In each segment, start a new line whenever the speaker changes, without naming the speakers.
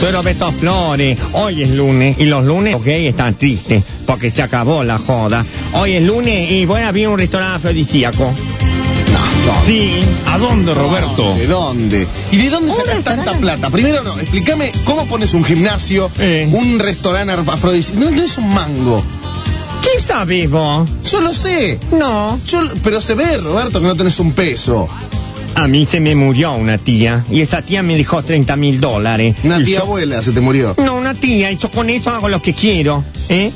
Soy Roberto Flores. Hoy es lunes y los lunes los gays están tristes porque se acabó la joda. Hoy es lunes y voy a abrir un restaurante afrodisíaco. Sí.
¿A dónde, Roberto?
¿De dónde? ¿Y de dónde
Un
sacas tanta
restaurante.
plata? Primero, no, explícame cómo pones un gimnasio,
Eh.
un restaurante afrodisíaco. No, no es un mango.
¿Qué sabes vos?
Yo lo sé.
No.
Yo, lo- pero se ve, Roberto, que no tenés un peso.
A mí se me murió una tía y esa tía me dejó 30 mil dólares.
Una
Y
tía
yo-
abuela se te murió.
No, una tía y yo con eso hago lo que quiero. ¿Eh?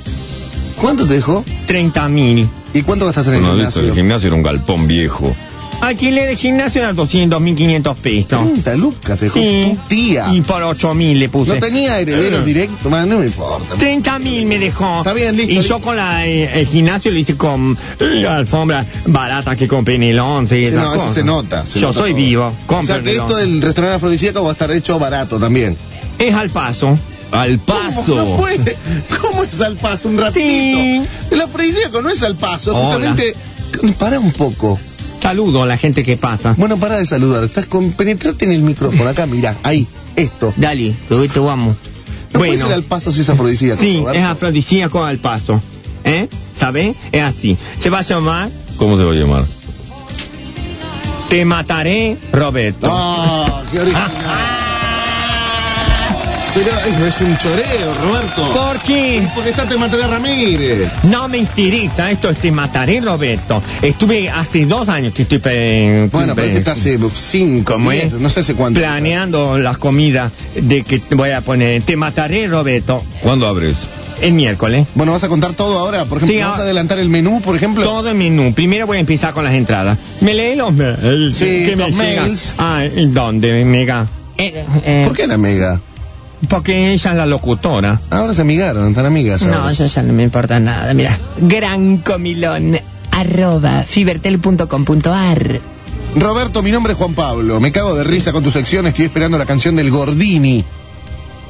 ¿Cuánto te dejó?
30 mil.
¿Y cuánto gastaste en el
No, listo, el
gimnasio?
gimnasio era un galpón viejo.
Alquiler de gimnasio era 200 mil 500 pesos.
30 lucas te dejó
Sí.
tu tía.
Y por 8 mil le puse.
No tenía herederos directos. Bueno, no me importa.
30 mil me dejó.
Está bien, listo,
Y
listo.
yo con la, eh, el gimnasio lo hice con eh, la alfombra barata que compré en el 11. y
Sí,
esas
no, eso
cosas.
se nota. se
yo
nota
soy
todo.
vivo.
O
Compro
sea
en
que
el
esto
11.
del restaurante afrodisíaco va a estar hecho barato también.
Es al paso.
Al
¿Cómo, no
paso.
puede? ¿Cómo es al paso? Un ratito.
Sí.
El afrodisíaco no es al paso, es
Hola.
justamente. Pará un poco.
Saludo a la gente que pasa.
Bueno, pará de saludar. Estás con... Penetrate en el micrófono. Acá, mirá. Ahí. Esto. No
Dali, te vamos.
puede ser al paso si es afrodisíaco.
Sí,
Roberto.
es afrodisíaco al paso. ¿Eh? ¿Sabes? Es así. Se va a llamar
¿Cómo se va a llamar?
Te mataré, Roberto.
Ah, qué original. Pero eso es un choreo, Roberto.
¿Por qué?
Porque está te matará Ramírez.
No me interesa, esto es Te mataré, Roberto. Estuve hace dos años que estoy... pe-
Bueno, pero
pe-
este está hace cinco,
¿Cómo
diez,
es?
no sé hace cuánto.
Planeando las comidas de que te voy a poner Te mataré, Roberto,
¿Cuándo abres?
el miércoles.
Bueno, vas a contar todo ahora, por ejemplo,
Sí,
vas a
ahora-
adelantar el menú, por ejemplo.
Todo el menú. Primero voy a empezar con las entradas. ¿Me leí los mails?
Sí,
que me
los
llegan?
mails.
Ah, ¿y ¿dónde, mega? Eh, eh,
¿Por qué la mega?
Porque ella es la locutora.
Ahora se amigaron, están amigas.
No,
ahora.
yo ya no me importa nada, mira. Gran comilón arroba fibertel.com.ar
Roberto, mi nombre es Juan Pablo. Me cago de risa con tu sección, estoy esperando la canción del Gordini.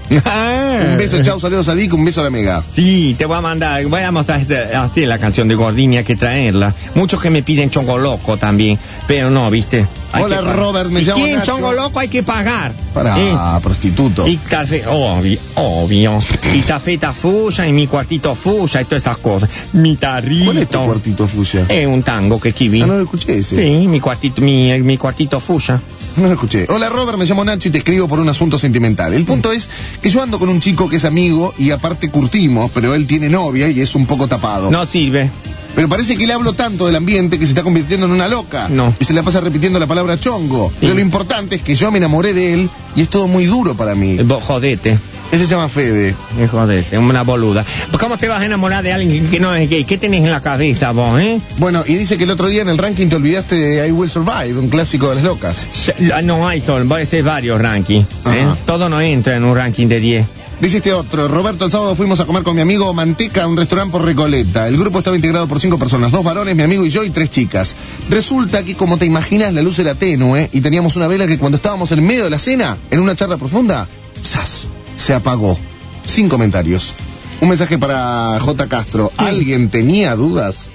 Un
Un
beso, chau, saludos a Dick, un beso a la mega.
Sí, te voy a mandar, vamos a hacer a hacer la canción de Gordinia que traerla. Muchos que me piden chongo loco también, pero no, viste.
Hola,
pagar.
Robert, me
Si
llamo
quieren
Nacho.
chongo loco hay que pagar.
Para
¿eh?
prostituto.
Y café, obvio, obvio. Y tafeta fuya y mi cuartito fuya y todas esas cosas. Mi tarrito.
¿Cuál es tu cuartito fuya?
Es un tango que escribí.
Ah, no lo escuché ese.
Eh, Sí, mi cuartito, mi, eh, mi cuartito fuya.
No lo escuché. Hola Robert, me llamo Nacho y te escribo por un asunto sentimental. El punto es que yo ando con un chico que es amigo y aparte curtimos, pero él tiene novia y es un poco tapado.
No sirve.
Pero parece que le hablo tanto del ambiente que se está convirtiendo en una loca.
No.
Y se la pasa repitiendo la palabra chongo. Pero lo importante es que yo me enamoré de él y es todo muy duro para mí.
Eh, vos Jodete.
Ese se llama Fede.
Eh, Jodete, una boluda. ¿Cómo te vas a enamorar de alguien que no es gay? ¿Qué tenés en la cabeza vos, eh?
Bueno, y dice que el otro día en el ranking te olvidaste de I Will Survive, un clásico de las locas.
Se- la- No hay todo, voy a hacer varios rankings. ¿eh?
Ajá.
Todo no entra en un ranking de 10.
Dice este otro, Roberto, el sábado fuimos a comer con mi amigo Manteca a un restaurante por Recoleta. El grupo estaba integrado por cinco personas, dos varones, mi amigo y yo y tres chicas. Resulta que, como te imaginas, la luz era tenue y teníamos una vela que cuando estábamos en medio de la cena, en una charla profunda, ¡zas! Se apagó. Sin comentarios. Un mensaje para J. Castro. ¿Alguien tenía dudas?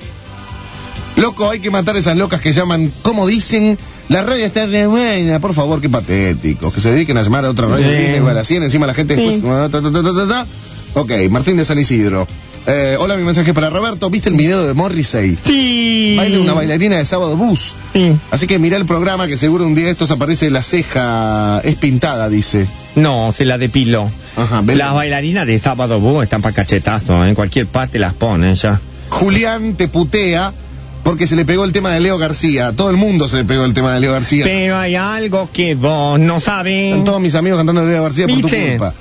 Loco, hay que matar esas locas que llaman, como dicen, la radio está re buena, por favor, qué patéticos, que se dediquen a llamar a otra radio
Bien.
bien, igual a 100, encima la gente después...
Sí.
ah, ta, ta, ta, ta, ta, ta. Ok, Martín de San Isidro. Eh, hola, mi mensaje para Roberto, ¿viste el video de Morrissey?
Sí.
Baile una bailarina de sábado bus.
Sí.
Así que mirá el programa que seguro un día de estos aparece la ceja, es pintada, dice.
No, se la depiló.
Ajá, Belén.
Las bailarinas de sábado vos están para cachetazo, ¿eh? en cualquier parte las ponen ya.
Julián te putea porque se le pegó el tema de Leo García. A todo el mundo se le pegó el tema de Leo García.
Pero hay algo que vos no sabés.
Están todos mis amigos cantando Leo García por tu
¿Viste?
culpa.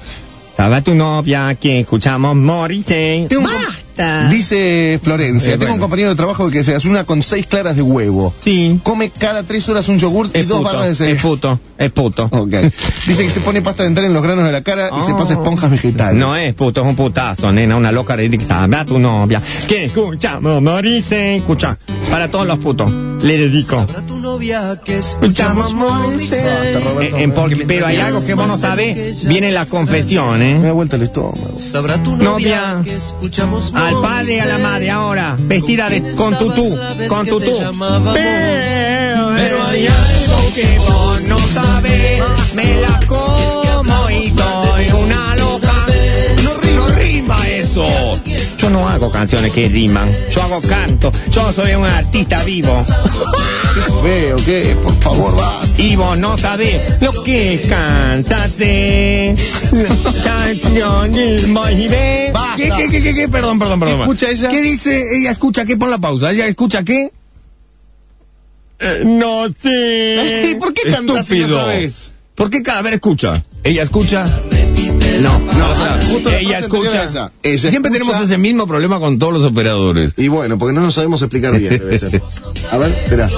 Estaba tu novia que escuchamos morirse.
Tengo un com-
Ah.
¡Basta!
Dice Florencia,
Eh,
tengo un
bueno.
compañero de trabajo que se una con seis claras de huevo.
Sí.
Come cada tres horas un yogurt y
Es
dos
puto,
barras de
es
cereal.
puto, es puto.
Ok. Dice que se pone pasta dental en los granos de la cara y se
Ah.
pasa esponjas vegetales.
No es puto, es un putazo, nena, una loca ridícula. Ve a tu novia. Que escuchamos, morirse. Escucha, para todos los putos. Le dedico.
tu novia que
Escuchamos morirse. Eh, en por- pero hay algo que vos no sabés. Vienen las
Me
confesiones.
da vuelta el estómago.
Sabrá tu
novia que
escuchamos
Al padre y a la madre ahora, vestida de, con tutú, con tutú. Pero hay algo que vos no sabés, me la como y doy una
hago canciones que riman. Yo hago canto. Yo soy un artista vivo.
Veo que, por favor, va.
Y vos no sabés lo que es cantarse. Canciones, voy y ve.
Basta.
¿Qué, qué, qué, qué, qué? Perdón, perdón, perdón.
Escucha ella.
¿Qué dice? Ella escucha qué, pon la pausa. ¿Ella escucha qué? Eh, No sé.
¿Y por qué cantas si no
Estúpido.
sabes?
¿Por qué cada vez escucha? Ella escucha.
No, no, o sea, justo la
Ah, ella
frase anterior
escucha.
a esa. Ella
Siempre
escucha.
tenemos ese mismo problema con todos los operadores.
Y bueno, porque no nos sabemos explicar bien, debe ser. A ver, espera.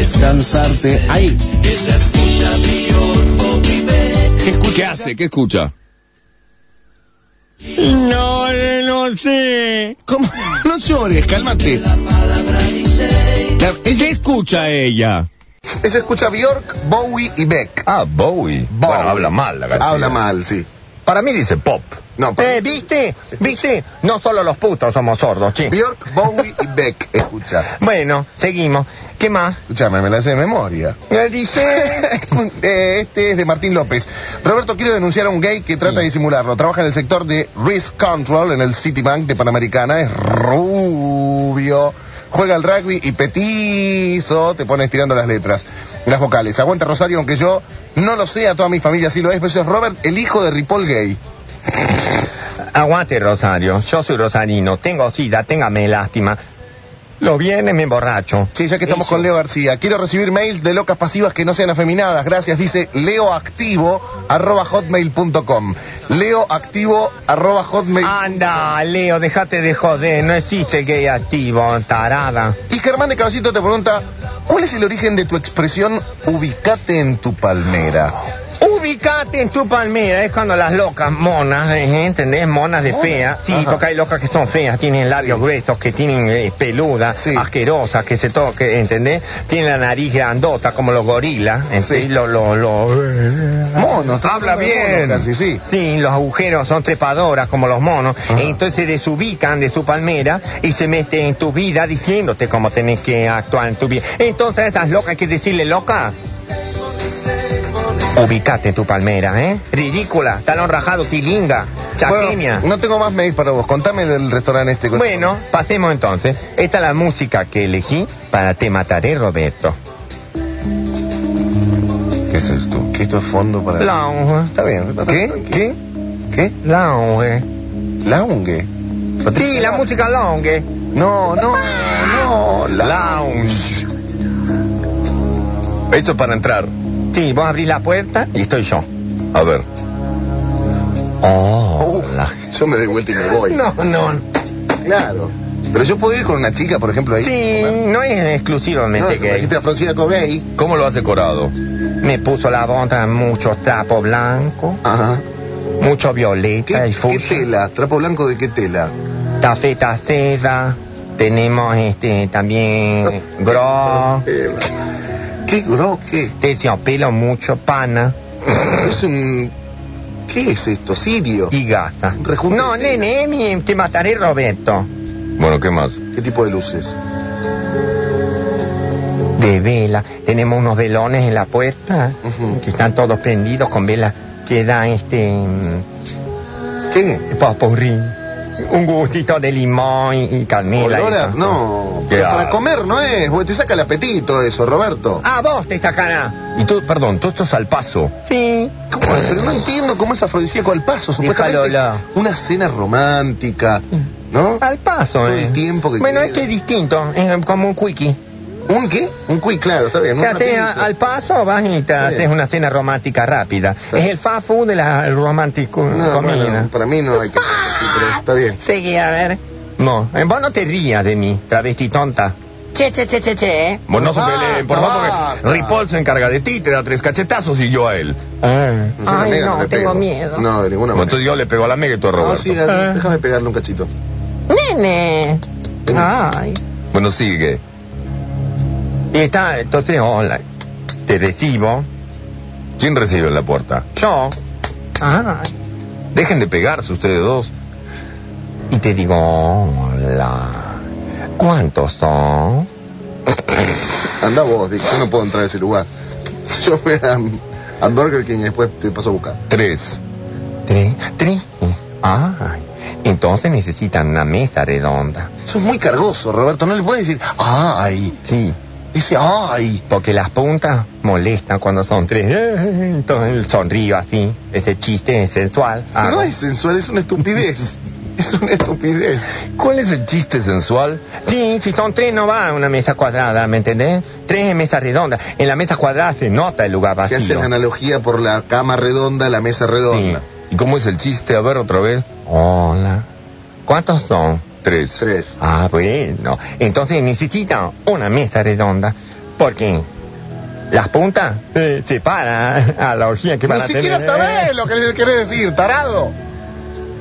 Descansarte. Ahí.
¿Qué escucha? ¿Qué hace? ¿Qué escucha?
No, no sé.
¿Cómo? No llores, cálmate.
¿Qué escucha ella?
Ella escucha Bjork, Bowie y Beck.
Ah, Bowie. Bueno, habla mal la García.
Habla mal, sí.
Para mí dice pop.
No, para-
Eh, ¿viste? ¿Viste? No solo los putos somos sordos, che.
Bjork, Bowie y Beck escucha.
Bueno, seguimos. ¿Qué más?
Escúchame, me la sé de memoria.
Eh, Dice...
Eh, este es de Martín López. Roberto, quiero denunciar a un gay que trata de disimularlo. Trabaja en el sector de Risk Control en el Citibank de Panamericana. Es rubio. Juega al rugby y petizo. Te pone estirando las letras, las vocales. Aguanta Rosario, aunque yo no lo sea, toda mi familia sí lo es. Pero ese es Robert, el hijo de Ripoll gay.
Aguante, Rosario. Yo soy rosarino. Tengo sida, téngame lástima. Lo viene, me emborracho.
Sí, ya que estamos
Eso.
con Leo García. Quiero recibir mails de locas pasivas que no sean afeminadas. Gracias, dice leoactivo arroba hotmail.com. Leoactivo arroba hotmail.
Ah. Anda, Leo, dejate de joder. No existe gay activo, tarada.
Y Germán de Caballito te pregunta, ¿cuál es el origen de tu expresión ubicate en tu palmera?
Ubicate en tu palmera, es cuando las locas monas, eh, ¿entendés? Monas de fea. Sí,
Ajá.
porque hay locas que son feas, tienen labios gruesos, que tienen eh, peludas,
Sí.
asquerosas, que se toque, ¿entendés? Tienen la nariz grandota, como los gorilas, ¿entendés?
Sí.
Lo, lo, lo...
Monos.
Habla
hablando de
bien.
monos casi, sí.
Sí, los agujeros son trepadoras como los monos. Entonces se desubican de su palmera y se meten en tu vida diciéndote cómo tenés que actuar en tu vida. Entonces a esas locas hay que decirle, loca, ubicate en tu palmera, ¿eh? Ridícula, talón rajado, tilinga, chaqueña.
Bueno, no tengo más mails para vos. Contame del restaurante este.
Bueno, pasemos entonces. Esta es la música que elegí para Te Mataré, Roberto.
¿Qué es esto? ¿Qué esto es fondo para...
Lounge.
Está bien. pasa
¿Qué?
tranquilo.
¿Qué?
¿Qué?
Lounge.
Lounge.
Sí, la música lounge.
No, no, no.
Lounge.
Esto para entrar.
Sí, vos abrís la puerta y estoy yo.
A ver.
Oh,
yo me doy vuelta y me voy.
No, no.
Claro. Pero yo puedo ir con una chica, por ejemplo, ahí.
Sí, no es
No,
exclusivamente
te
gay.
trajiste a Francisco Gay.
¿Cómo lo hace Corado?
Me puso la bota en muchos trapos blancos,
Ajá.
mucho violeta
¿Qué,
y
qué
fucsia,
tela? ¿Trapo blanco de qué tela?
tafeta seda, tenemos este también Mm, gros,
Tela. ¿Qué gro? ¿Qué?
terciopelo mucho, pana
Es un... ¿Qué es esto? ¿Sirio?
y gasa.
Un rejunte
No,
de seda.
nene, mi- te mataré Roberto.
Bueno, ¿qué más?
¿Qué tipo de luces?
de vela. Tenemos unos velones en la puerta
Ujú.
que están todos prendidos con velas que dan este mm,
¿Qué?
popurrí. Un gustito de limón y, y canela. y
¿Olor a-
eso.
No.
Qué
Pero para
asco.
comer no es. porque Te saca el apetito eso, Roberto.
Ah, vos te sacará.
Y todo, perdón, todo esto es al paso.
Sí.
¿Cómo? Pero no entiendo cómo es afrodisíaco al paso. Supuestamente
Déjalo,
una cena romántica, ¿no?
Al paso,
Todo
eh.
el tiempo que
Bueno,
queda.
este es distinto, es como un quickie.
¿Un qué? Un quick, claro, está bien.
Te
un
haces a-
rapidito.
al paso, vas y te
Está bien.
haces una cena romántica rápida. Es el fast food de la romántica
No,
comida.
bueno, para mí no hay que... sí, pero está bien.
Seguí, a ver. No, eh, vos no te rías de mí, travesti tonta. Che, che, che, che, che. ¿eh?
Bueno, no se
Basta,
peleen, por favor,
basta.
porque Ripoll se encarga de ti, te da tres cachetazos y yo a él.
Yo le
Ay,
pego,
no, tengo
le pego.
miedo.
No, de ninguna
Bueno,
manera.
entonces yo le pego a la mega y tú a
No,
Roberto.
sí,
Ah.
déjame pegarle un cachito.
Nene. Ay.
Bueno, sigue.
Y está, entonces, hola. Te recibo.
¿Quién recibe en la puerta?
Yo. Ay.
Dejen de pegarse ustedes dos.
Y te digo, hola. ¿Cuántos son?
Anda vos, dije, yo no puedo entrar a ese lugar. Yo fui a, a Burger King y después te paso a buscar.
Tres.
Tres. Tres. Ay.
Entonces necesitan una mesa redonda.
Sos muy cargoso, Roberto. No le puedes decir, "Ah, ay.
Sí,
Ese ay.
porque las puntas molestan cuando son tres. Entonces él sonrío así. Ese chiste es sensual. Ah,
No es sensual, es una estupidez. es una estupidez.
¿Cuál es el chiste sensual?
Sí, si son tres no va a una mesa cuadrada, ¿me entendés? Tres en mesa redonda. En la mesa cuadrada se nota el lugar
Que
vacío.
hacen analogía por la cama redonda, la mesa
Sí.
redonda.
¿Y cómo es el chiste? A ver otra vez.
Hola. ¿Cuántos son?
Tres.
Tres.
Ah, bueno. Entonces necesitan una mesa redonda. Porque las puntas eh, se paran a la orgía que van
Ni
a tener.
siquiera
eh?
sabés lo que le querés decir, tarado.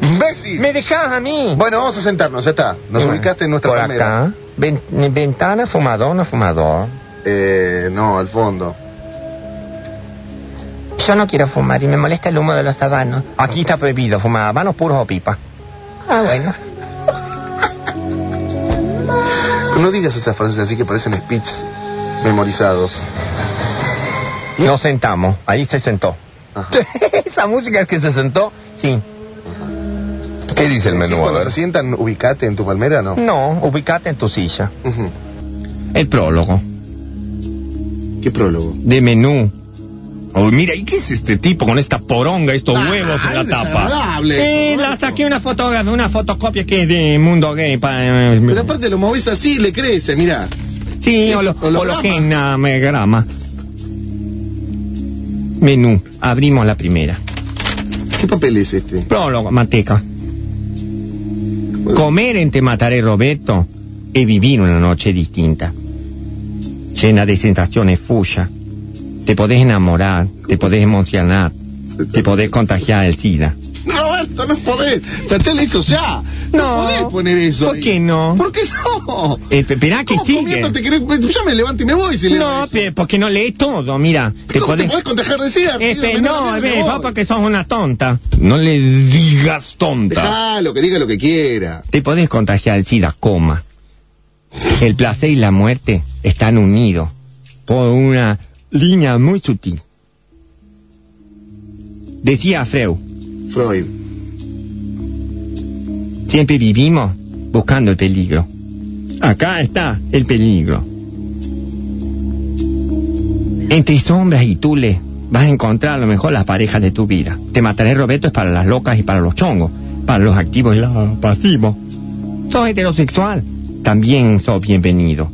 Imbécil.
¡Me dejás a mí!
Bueno, vamos a sentarnos, ya está. Nos
Mm.
Bueno,
ubicaste en nuestra
Por
palmera.
acá. ¿Ah? Ven- ventana, fumador, no fumador.
Eh, no, al fondo.
Yo no quiero fumar y me molesta el humo de los habanos. Aquí está prohibido fumar habanos puros o pipa. Ah, bueno.
No digas esas frases así que parecen speeches memorizados.
Nos sentamos. Ahí se sentó.
Ajá.
¿Esa música es que se sentó? Sí.
¿Qué dice el menú? A
cuando
ver.
se sientan, ubicate en tu palmera, ¿no?
No, ubicate en tu silla.
Mm.
Ujú.
El prólogo.
¿Qué prólogo?
De menú. Oh, mira, ¿y qué es este tipo con esta poronga, estos
Ah,
huevos en la
es
tapa?
desagradable,
Eh, la
Roberto.
saqué una fotografía, una fotocopia que es de Mundo Gay. Para, eh,
Pero aparte lo movés así, le crece, mirá.
Sí,
Eso,
holo-
holograma.
hologena, me grama. Menú. Abrimos la primera.
¿Qué papel es este?
Prólogo, manteca. Comer en Te Mataré Roberto e vivir una noche distinta. Llena de sensaciones fuya. Te podés enamorar, te podés emocionar, te podés contagiar el SIDA.
Roberto, no podés. Tachá le hizo ya. No,
No.
podés poner eso.
¿Por
ahí.
qué no?
¿Por qué no?
Eh, esperá que
¿Cómo
sigue.
comiendo te querés- Yo me levanto y me voy si le
No, pe- porque no lees todo, mira. Te
¿Cómo te
podés...
podés contagiar de sida?
Este,
Mira,
no,
me
ve,
voy.
va porque sos una tonta. No le digas tonta.
Dejalo, que diga lo que quiera.
Te podés contagiar el SIDA, coma. El placer y la muerte están unidos por una línea muy sutil. Decía Freud,
Freud.
siempre vivimos buscando el peligro. Acá está el peligro. Entre sombras y tules vas a encontrar a lo mejor las parejas de tu vida. Te mataré Roberto es para las locas y para los chongos, para los activos y los pasivos. Sos heterosexual, también sos bienvenido.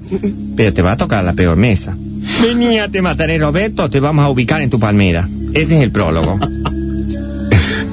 Pero te va a tocar la peor mesa. Venía, te mataré Roberto, te vamos a ubicar en tu palmera. Ese es el prólogo.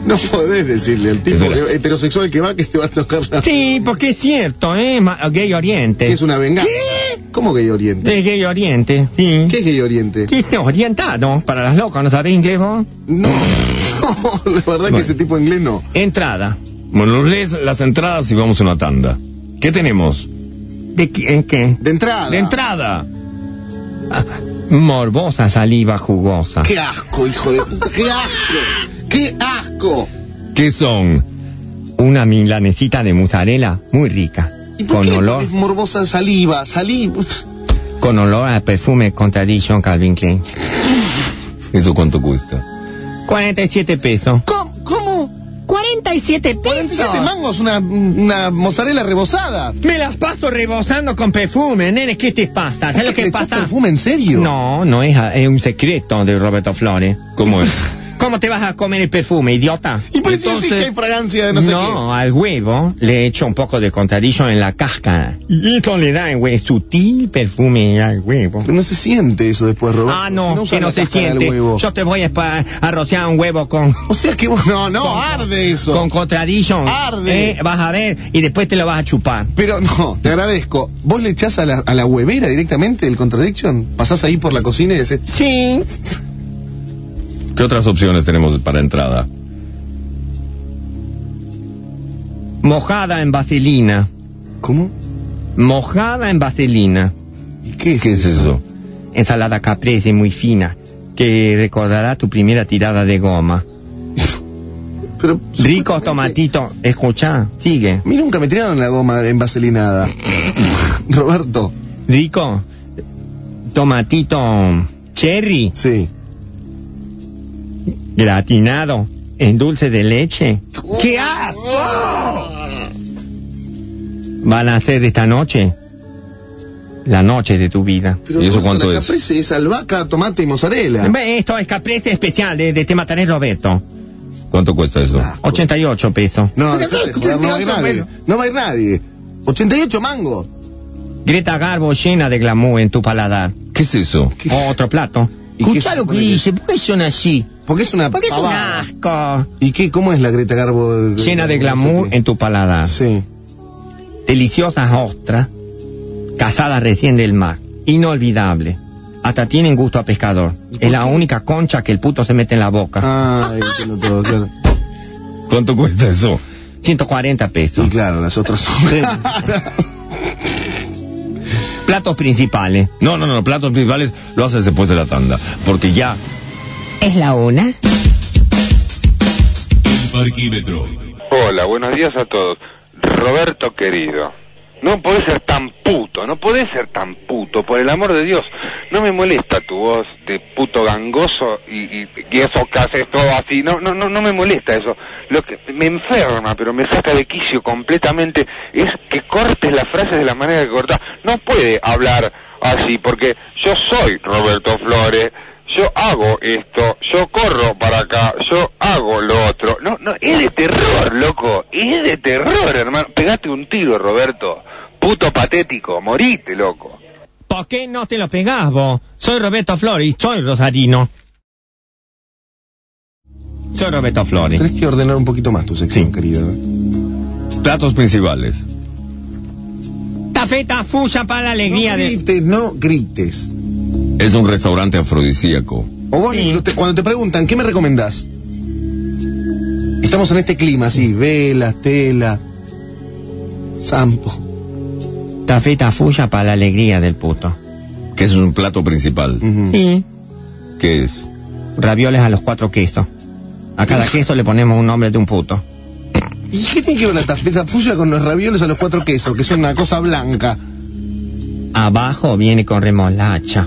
No podés decirle al tipo
Es verdad.
que- heterosexual que va que te va a tocar la...
Sí, porque es cierto, ¿eh? Ma- Gay Oriente.
Que es una venganza. ¿Qué? ¿Cómo gay oriente?
De Gay Oriente, sí.
¿Qué es gay oriente?
¿Qué te orientado? Para las locas, ¿no sabés inglés vos?
No, no, la verdad
Bueno.
que ese tipo de inglés no.
Entrada.
Bueno, nos lees las entradas y vamos a una tanda. ¿Qué tenemos?
¿De qué? en qué?
De entrada.
¡De entrada!
Ah, morbosa saliva jugosa.
Qué asco, hijo de puta. Qué asco. Qué asco.
¿Qué son?
Una milanesita de mozzarella muy rica.
¿Y por
Con
qué le
olor,
pones morbosa saliva, saliva.
con olor a perfume Contradiction Calvin Klein.
¿Eso cuánto cuesta?
47 pesos.
¿Cómo? ¿Cómo?
47 pesos.
47 mangos, una, una mozzarella rebozada.
Me las paso rebosando con perfume, nene, ¿qué te pasa? ¿Sabes lo
¿Le
que
echás
pasa?
perfume en serio?
No, no es, ah, es un secreto de Roberto Flores.
¿Cómo es?
¿Cómo te vas a comer el perfume, idiota?
¿Y por qué decís
Entonces-
que hay fragancia de no sé qué?
al huevo le echo un poco de contadillo en la cáscara. Y esto le da güey, sutil perfume al huevo.
Pero no se siente eso después, Roberto.
Ah, no,
Si usan
que no
la
se
cáscara del
siente.
huevo.
Yo te voy a, pa- a rociar un huevo con...
O sea que vos... No, no,
con-
arde eso.
Con contradiction.
Arde.
Eh, vas a ver y después te lo vas a chupar.
Pero no, te agradezco. ¿Vos le echás a la, a la huevera directamente el contradiction? ¿Pasás ahí por la cocina y decís...
Sí.
¿Qué otras opciones tenemos para entrada?
Mojada en vaselina.
¿Cómo?
Mojada en vaselina.
¿Y qué es
¿Qué es eso?
Ensalada caprese muy fina que recordará tu primera tirada de goma.
Pero,
Ricos
supuestamente-
tomatitos. Escucha, sigue.
A mí nunca me tiraron la goma en vaselinada. Roberto.
Rico, tomatito cherry
Sí.
gratinado en dulce de leche. ¡Qué asco! Van a hacer de esta noche la noche de tu vida.
Pero
¿Y eso
doctor,
cuánto
la
es?
caprese es albahaca, tomate y mozzarella.
Ve, Esto es caprese especial de, de tema Taner Roberto.
¿Cuánto cuesta eso?
Ah. 88 pesos.
No,
Pero
dejate de
¿qué?
joder, no va a ir
88
nadie.
pesos.
No va a ir nadie. 88 mangos.
Greta Garbo llena de glamour en tu paladar.
¿Qué es eso?
Otro plato.
¿Y qué-
Escuchá lo que dice, ¿por qué son así?
Porque es una
Porque es un
pavada.
Asco.
¿Y qué? ¿Cómo es la Greta Garbo?
Llena de glamour en tu paladar.
Sí.
Deliciosas ostras, cazadas recién del mar. Inolvidable. Hasta tienen gusto a pescador. Es la única concha que el puto se mete en la boca.
Ay, entiendo todo, claro.
¿Cuánto cuesta eso?
140 pesos.
Sí, claro, las otras son.
Platos principales.
No, no, no, platos principales lo haces después de la tanda. Porque ya.
Es la una.
Hola, buenos días a todos. Roberto querido, no podés ser tan puto, no podés ser tan puto, por el amor de Dios. No me molesta tu voz de puto gangoso y, y- y eso que haces todo así, no, no, no, no me molesta eso. Lo que me enferma, pero me saca de quicio completamente, es que cortes las frases de la manera que cortas. No puede hablar así, porque yo soy Roberto Flores, yo hago esto, yo corro para acá, yo hago lo otro. No, no, es de terror, loco, es de terror, hermano. Pegate un tiro, Roberto. Puto patético, morite, loco.
¿Por qué no te lo pegás vos? Soy Roberto Flores, soy rosarino. Soy Roberto Flores.
Tenés que ordenar un poquito más tu sección,
Sí.
querido.
Platos principales.
Tafeta fuya para la alegría
no
de...
grites, no grites.
Es un restaurante afrodisíaco.
O vos,
Sí.
te- cuando te preguntan, ¿qué me recomendás? Estamos en este clima, sí. Velas, tela, sampo.
Tafeta fuya para la alegría del puto.
Que es un plato principal.
Ujú.
Sí.
¿Qué es?
Mm. Ravioles a los cuatro quesos. A cada queso le ponemos un nombre de un puto.
¿Y qué tiene que ver la tafeta fuya con los ravioles a los cuatro quesos, que son una cosa blanca?
Abajo viene con remolacha.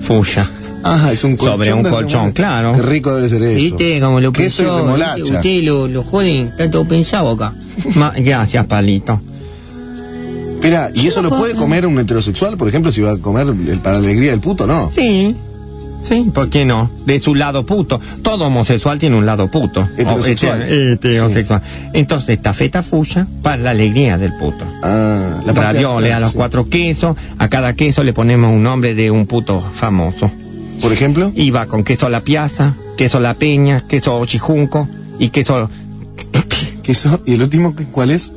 Fuya.
Ah, es un colchón.
Sobre un
de
colchón,
remolacha.
claro.
Qué rico debe ser eso.
¿Viste como lo
Queso y
pensó?
remolacha.
¿viste? Usted lo, lo joden, está todo pensado acá.
Ma- Gracias, palito.
Espera, ¿y eso lo puede comer un heterosexual, por ejemplo, si va a comer el- para la alegría del puto? No.
Sí. Sí, ¿por qué no? De su lado puto. Todo homosexual tiene un lado puto.
Heterosexual.
O hetero- heterosexual. Entonces, tafeta fuya para la alegría del puto.
Ah, la parte de
Ravioles
atrás,
a los
sí.
cuatro quesos. A cada queso le ponemos un nombre de un puto famoso.
Por ejemplo.
Y va con queso a la piazza, queso a la peña, queso ochijunco y queso...
Queso. ¿Y el último qué- cuál es?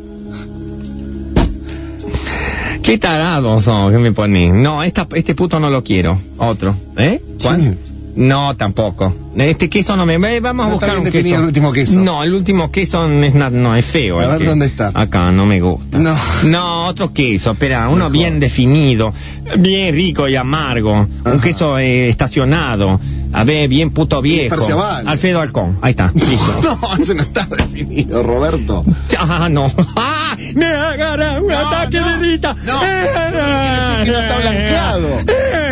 ¿Qué tarados son que me ponen? No, esta, este puto no lo quiero. Otro. ¿Eh? ¿Cuál? No, tampoco. Este queso no me... eh, vamos a
No está
buscar
bien
un
definido
queso.
el último queso.
No, el último queso no es, na- no, es feo.
A
el
ver,
que-
¿dónde está?
Acá, no me
Ah.
gusta.
No.
No, otro queso. Espera, uno bien definido. Bien rico y amargo.
Ajá.
Un queso eh, estacionado. A ver, bien puto viejo.
Parciabal.
Alfredo Alcón. Ahí está. Listo.
no, ese no está definido, Roberto.
Ah, no. Ah, me agarra un ataque de Eh, rita.
no. Quiere decir que no está blanqueado.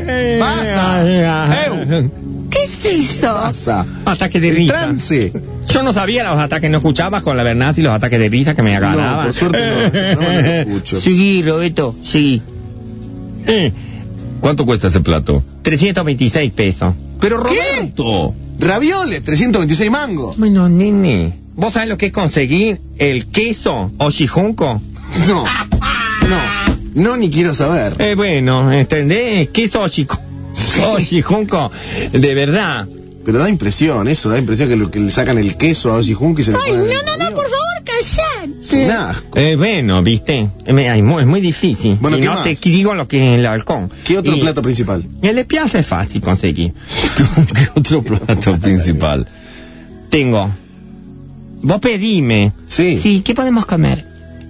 eh,
Basta. Eu.
¿Qué es eso?
Pasa.
ah. Ataque de
El
rita.
trance.
Yo no sabía los ataques, no escuchaba con la Bernazzi los ataques de risa que me agarraban.
No, por suerte no. No, no lo escucho.
Seguí, Roberto, seguí.
Eh,
¿Cuánto cuesta ese plato?
326 pesos.
Pero Roberto. Ravioles, 326 mangos.
Bueno, nene. ¿Vos sabés lo que es conseguir el queso o chijunco?
No. No. No, ni quiero saber.
Eh, bueno, ¿entendés? Queso o chico- o chijunco. De verdad.
Pero da impresión eso, da impresión que, lo- que le sacan el queso a Osi Junco y se le
Ay,
ponen
no,
en
no,
el
no,
río.
por favor, callate.
Es un asco.
Eh, bueno, viste. Eh, me- ay, mu- es muy difícil.
Bueno,
y
¿qué
no
más?
te digo lo que es el halcón.
¿Qué otro
Y-
plato principal?
y El de piazza es fácil conseguir.
¿Qué otro plato principal?
Tengo. Vos pedime.
Sí.
Sí, ¿qué podemos comer?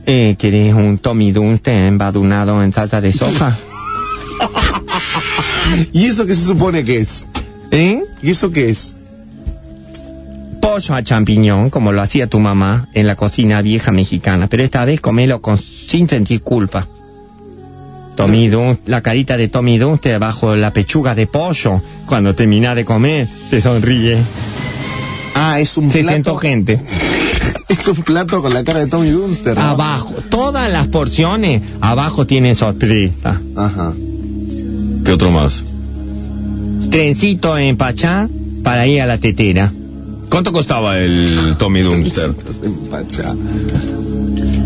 Eh, ¿Querés un Tommy Dunste embadurnado en salsa de soja?
¿Y eso qué se supone que es?
¿Eh?
¿Y eso qué es?
pollo a champiñón, como lo hacía tu mamá en la cocina vieja mexicana, pero esta vez comelo con, sin sentir culpa. Tommy Dun- la carita de Tommy Dunster bajo la pechuga de pollo, cuando termina de comer, te sonríe.
Ah, es un
600
plato.
gente.
Es un plato con la cara de Tommy Dunster. ¿no?
Abajo. Todas las porciones abajo tienen sorpresa.
Ajá.
¿Qué otro más?
Trencito en Pachá para ir a la tetera.
¿Cuánto costaba el Tommy Dumpster?
Pachá.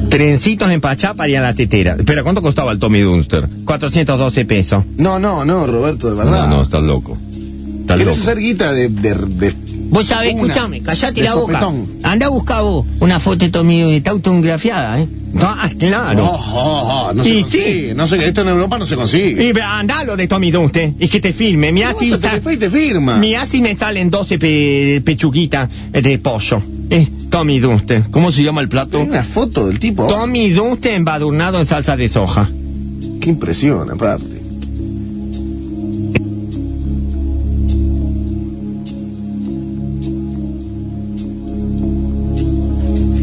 Trencitos en Pachá para ir a la tetera.
Espera, ¿cuánto costaba el Tommy Dumpster?
412 pesos.
No, no, no, Roberto, de verdad.
No, no, estás loco. Estás
¿Querés
loco.
hacer guita de, de, de-
Vos sabés,
Una.
escúchame, callate
De
la boca.
sopetón.
Andá a buscar vos una foto de Tommy Doyle, está autografiada, ¿eh?
Ah, claro.
Oh, oh, oh, no se
Y
consigue.
sí.
No sé, esto en Europa no se consigue.
Y ve, andalo de Tommy Dumpster y que te firme. Mirá
¿Qué
si,
vas a hacer?
sa-
Después Ah. te firma.
mirá si me salen 12 pe- pechuguitas de pollo. Eh, Tommy Dumpster.
¿Cómo se llama el plato?
Una foto del tipo.
Tommy Dumpster embadurnado en salsa de soja.
Qué impresión, aparte.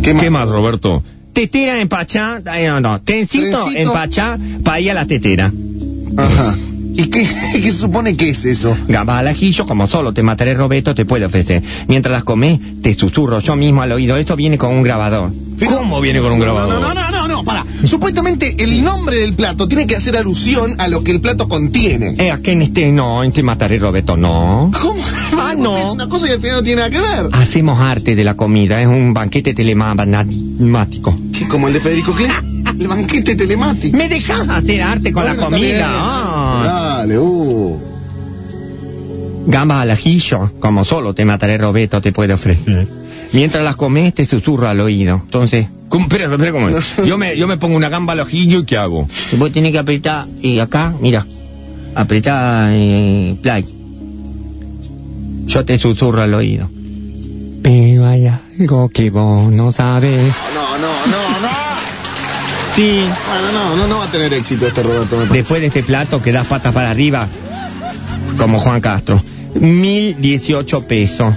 ¿Qué más?
¿Qué más, Roberto?
Tetera en Pachá, eh, no, no, tencito,
Trencito.
en Pachá para ir a la tetera.
Ajá. ¿Y qué, qué supone que es eso?
Gambas al ajillo, como solo te mataré Roberto, te puede ofrecer. Mientras las comes, te susurro yo mismo al oído. Esto viene con un grabador.
¿Cómo viene con un grabador?
No, no, no, no, no, para. Supuestamente el nombre del plato tiene que hacer alusión a lo que el plato contiene.
Eh, aquí en este no, en te mataré Roberto no.
¿Cómo?
Ah, no.
Una cosa que al final no tiene nada que ver.
Hacemos arte de la comida, es un banquete telemático.
Que Como el de Federico Gil. El banquete telemático.
¿Me dejas hacer arte con la
Bueno,
comida?
está bien.
Ah.
Dale, uh.
Gambas al ajillo, como solo te mataré Roberto te puede ofrecer. Mientras las comes, te susurro al oído. Entonces,
¿Cómo? Espera, espera, ¿cómo es? Yo me, yo me pongo una gamba al ojillo y ¿qué hago?
Vos tenés que apretar, y acá, mira, apretar eh, play.
yo te susurro al oído. Pero hay algo que vos no sabes.
No, no, no, no.
Sí,
Bueno, no, no, no va a tener éxito esto, Roberto. me parece.
después de este plato que das patas para arriba, como Juan Castro. 1018 pesos.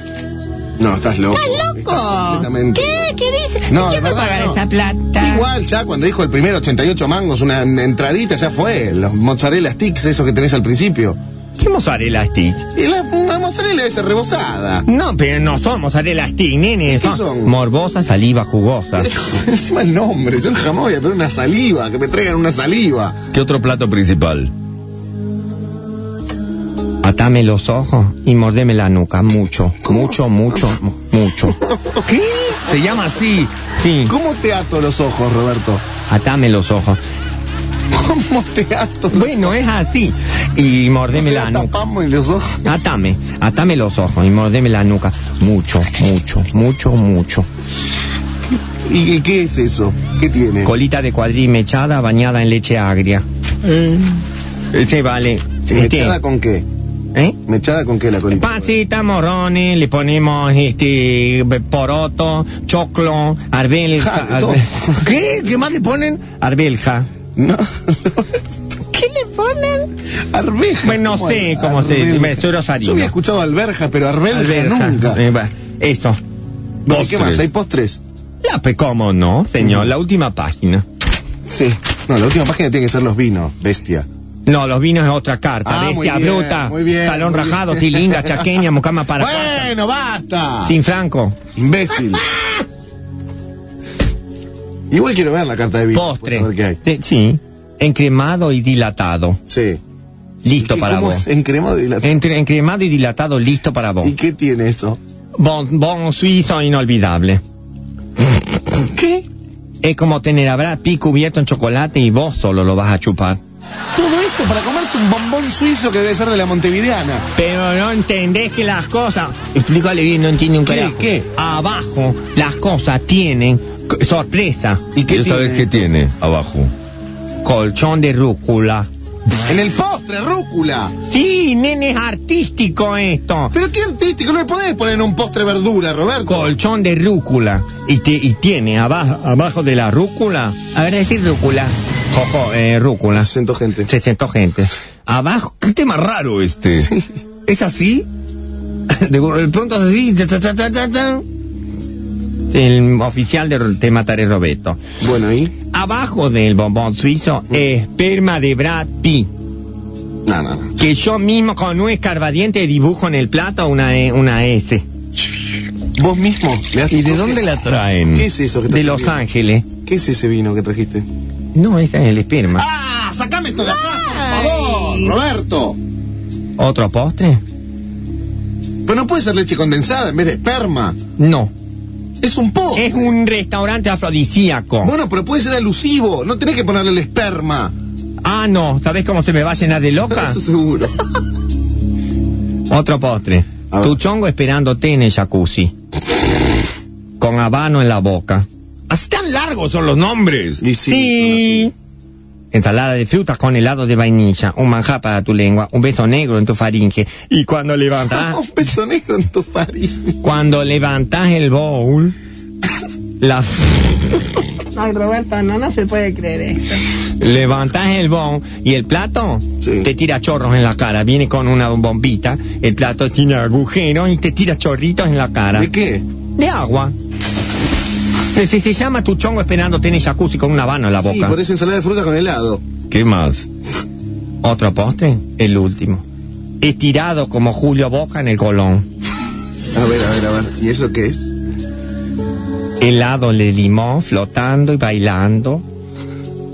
No, estás loco.
¡Loco!
completamente
¿Qué? ¿Qué dices?
No, de
¿Quién va a
verdad,
pagar
no.
esa plata?
Igual, ya cuando dijo el primero 88 mangos, una entradita ya fue. Los mozzarella sticks, esos que tenés al principio.
¿Qué mozzarella stick?
Y la, la mozzarella esa rebosada.
No, pero no son mozzarella stick, nene.
¿Qué son?
Morbosas, saliva, jugosas.
Encima el nombre, yo jamás voy a pedir una saliva, que me traigan una saliva.
¿Qué otro plato principal?
Atame los ojos y mordeme la nuca. Mucho, mucho, mucho, mu- mucho.
¿Qué?
Se llama así. Sí.
¿Cómo te ato los ojos, Roberto?
Atame los ojos.
¿Cómo te ato?
Bueno, es así. Y mordeme la
la
nuca.
tapamos en los ojos.
Atame, atame los ojos y mordeme la nuca. Mucho, mucho, mucho, mucho.
¿Y, y qué es eso? ¿Qué tiene?
Colita de cuadril mechada bañada en leche agria.
Eh.
Ese vale. Este,
¿Mechada con qué?
¿eh?
¿Mechada con qué la colita?
Pasita, morrones, le ponemos este poroto, choclo,
Ja,
arbelja.
de todo.
arbe- ¿Qué? ¿Qué más le ponen? Arbelja.
No.
¿Qué le ponen?
Arveja.
Bueno, Pues no
¿Cómo
sé
es?
cómo se
Arveja.
dice, me soy rosarino.
Yo había escuchado alberja, pero arveja,
Arveja.
nunca.
Eh, va, Eso.
Bueno, ¿y ¿Qué
postres.
más? ¿Hay postres?
La pe- ¿Cómo no, señor?
Mm.
La última página.
Sí. No, la última página tiene que ser los vinos, bestia.
No, los vinos es otra carta.
Ah, muy
bestia
bien,
bruta,
muy bien,
talón
muy
rajado,
bien.
tilinga, chaqueña, mucama para
bueno, basta.
Sin Franco.
Imbécil. Igual quiero ver la carta de vino.
Postre.
pues, A ver qué hay.
Eh, Sí. Encremado y dilatado.
Sí.
Listo
¿Y
para
cómo
vos.
es? Encremado y la...
Entre encremado y dilatado, listo para vos.
¿Y qué tiene eso?
Bon, bon suizo inolvidable.
¿Qué?
Es como tener a Brad Pitt cubierto en chocolate y vos solo lo vas a chupar.
Todo esto para comerse un bombón suizo que debe ser de la montevideana.
Pero no entendés que las cosas... Explícale bien, no entiende un
¿Qué?
carajo.
¿Qué?
Abajo las cosas tienen c- sorpresa.
¿Y
qué
qué sabes
tiene?
qué tiene abajo?
Colchón de rúcula.
En el postre, rúcula.
Sí, nene, es artístico esto.
Pero qué artístico, no le podés poner en un postre verdura, Roberto.
Colchón de rúcula. Y, te- y tiene abajo, abajo de la rúcula...
A ver, decir rúcula.
Jojo, eh, rúcula.
Siento gente.
600 gentes. Abajo...
Qué tema raro este.
¿Es así? De, de pronto es así. cha, cha, cha, cha, cha, cha. El oficial de Te Mataré Roberto.
Bueno, ¿y?
Abajo del bombón suizo, esperma de Brad Pitt.
No, no, no.
Que yo mismo con un escarbadiente dibujo en el plato una, E- una S.
¿Vos mismo? le has-
¿Y de dónde la traen?
¿Qué es eso que estás
De Los
bebiendo?
Ángeles.
¿Qué es ese vino que trajiste?
No, esta es el esperma.
¡Ah! ¡Sacame esto de acá, por favor! ¡Roberto!
¿Otro postre?
Pero no puede ser leche condensada en vez de esperma.
No.
Es un po.
Es un restaurante afrodisíaco.
Bueno, pero puede ser alusivo. No tenés que ponerle el esperma.
Ah, no. ¿Sabes cómo se me va a llenar de loca?
Eso seguro.
Otro postre.
A ver.
Tu chongo esperándote en el jacuzzi. Con habano en la boca.
Así tan largos son los nombres.
y sí.
Sí. Ensalada de frutas con helado de vainilla, un manjar para tu lengua, un beso negro en tu faringe. Y cuando levantas,
Un beso negro en tu nariz.
cuando levantas el bowl, la
Ay, Roberto, no, no se puede creer esto.
levantas el bowl y el plato
Sí.
te tira chorros en la cara. Viene con una bombita, el plato tiene agujeros y te tira chorritos en la cara.
¿De qué?
De agua. Se, se- se llama tu chongo esperando tiene jacuzzi con un habano en la
Sí,
boca.
por esa ensalada de fruta con helado.
¿Qué más?
Otro postre, el último. Estirado como Julio Boca en el Colón.
A ver, a ver, a ver. ¿Y eso qué es?
Helado de limón flotando y bailando.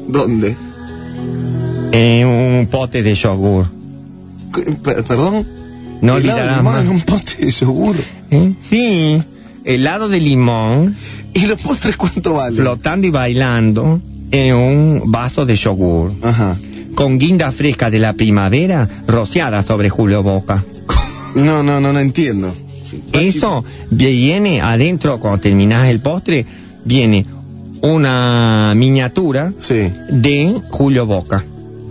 ¿Dónde?
En un pote de yogur.
¿Qué? Per- ¿Perdón?
No
Helado de
olvidarás
limón
más.
en un pote de yogur.
¿Eh? Sí, helado de limón
¿Y los postres cuánto valen?
flotando y bailando en un vaso de yogur.
Ajá.
Con guinda fresca de la primavera rociada sobre Julio Boca.
No, no, no, no entiendo.
Eso viene adentro, cuando terminas el postre, viene una miniatura
Sí,
de Julio Boca,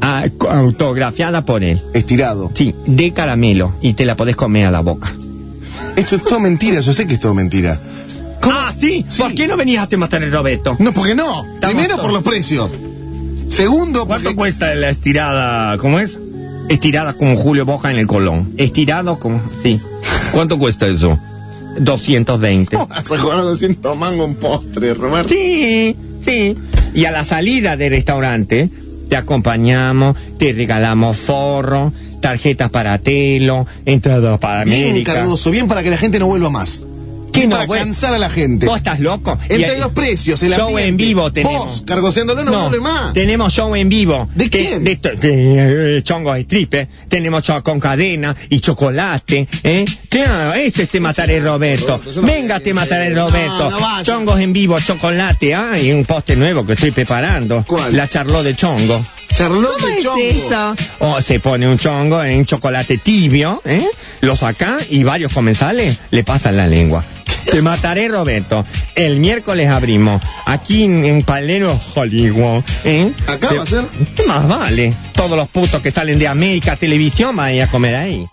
a- autografiada por él.
estirado.
Sí, de caramelo y te la podés comer a la boca.
Esto es todo mentira, yo sé que es todo mentira.
Ah, ¿sí?
Sí.
¿Por qué no venías a te matar el Roberto?
No, porque no. Primero
todos.
por los precios. Segundo, porque...
¿Cuánto cuesta la estirada, cómo es? Estirada como Julio Boca en el Colón. Estirado como, sí,
¿Cuánto cuesta eso?
220.
¿Cómo vas a cobrar 200 mangos en postre, Roberto?
Sí, sí. Y a la salida del restaurante te acompañamos, te regalamos forro, tarjetas para telo, entradas para
Bien,
América.
Cardoso, bien para que la gente no vuelva más.
¿Qué
Bien
no,
para
güey?
cansar a la gente.
¿Vos estás loco? Y
Entre
ahí-
los precios, el
Show
ambiente.
en vivo tenemos.
Vos, cargoseándolo, no, vuelve más.
Tenemos show en vivo.
¿De
Que-
quién?
De, to- de, eh, chongos y tripes. Tenemos cho- con cadena y chocolate. ¿eh? Claro, ese es Te Mataré Roberto.
Roberto, yo no-
Venga, Te Mataré Roberto.
no vayas.
chongos en vivo, chocolate. Ah, y un poste nuevo que estoy preparando.
¿Cuál?
La charló de chongo.
Charlotte
¿Cómo
y
es
Chongo.
eso?
O Oh, se pone un chongo en chocolate tibio, ¿eh? Lo saca y varios comensales le pasan la lengua. Te mataré, Roberto. El miércoles abrimos. Aquí en, en Palero, Hollywood. ¿eh?
¿Acá
Te-
va a ser?
¿Qué más vale? Todos los putos que salen de América Televisión van a ir a comer ahí.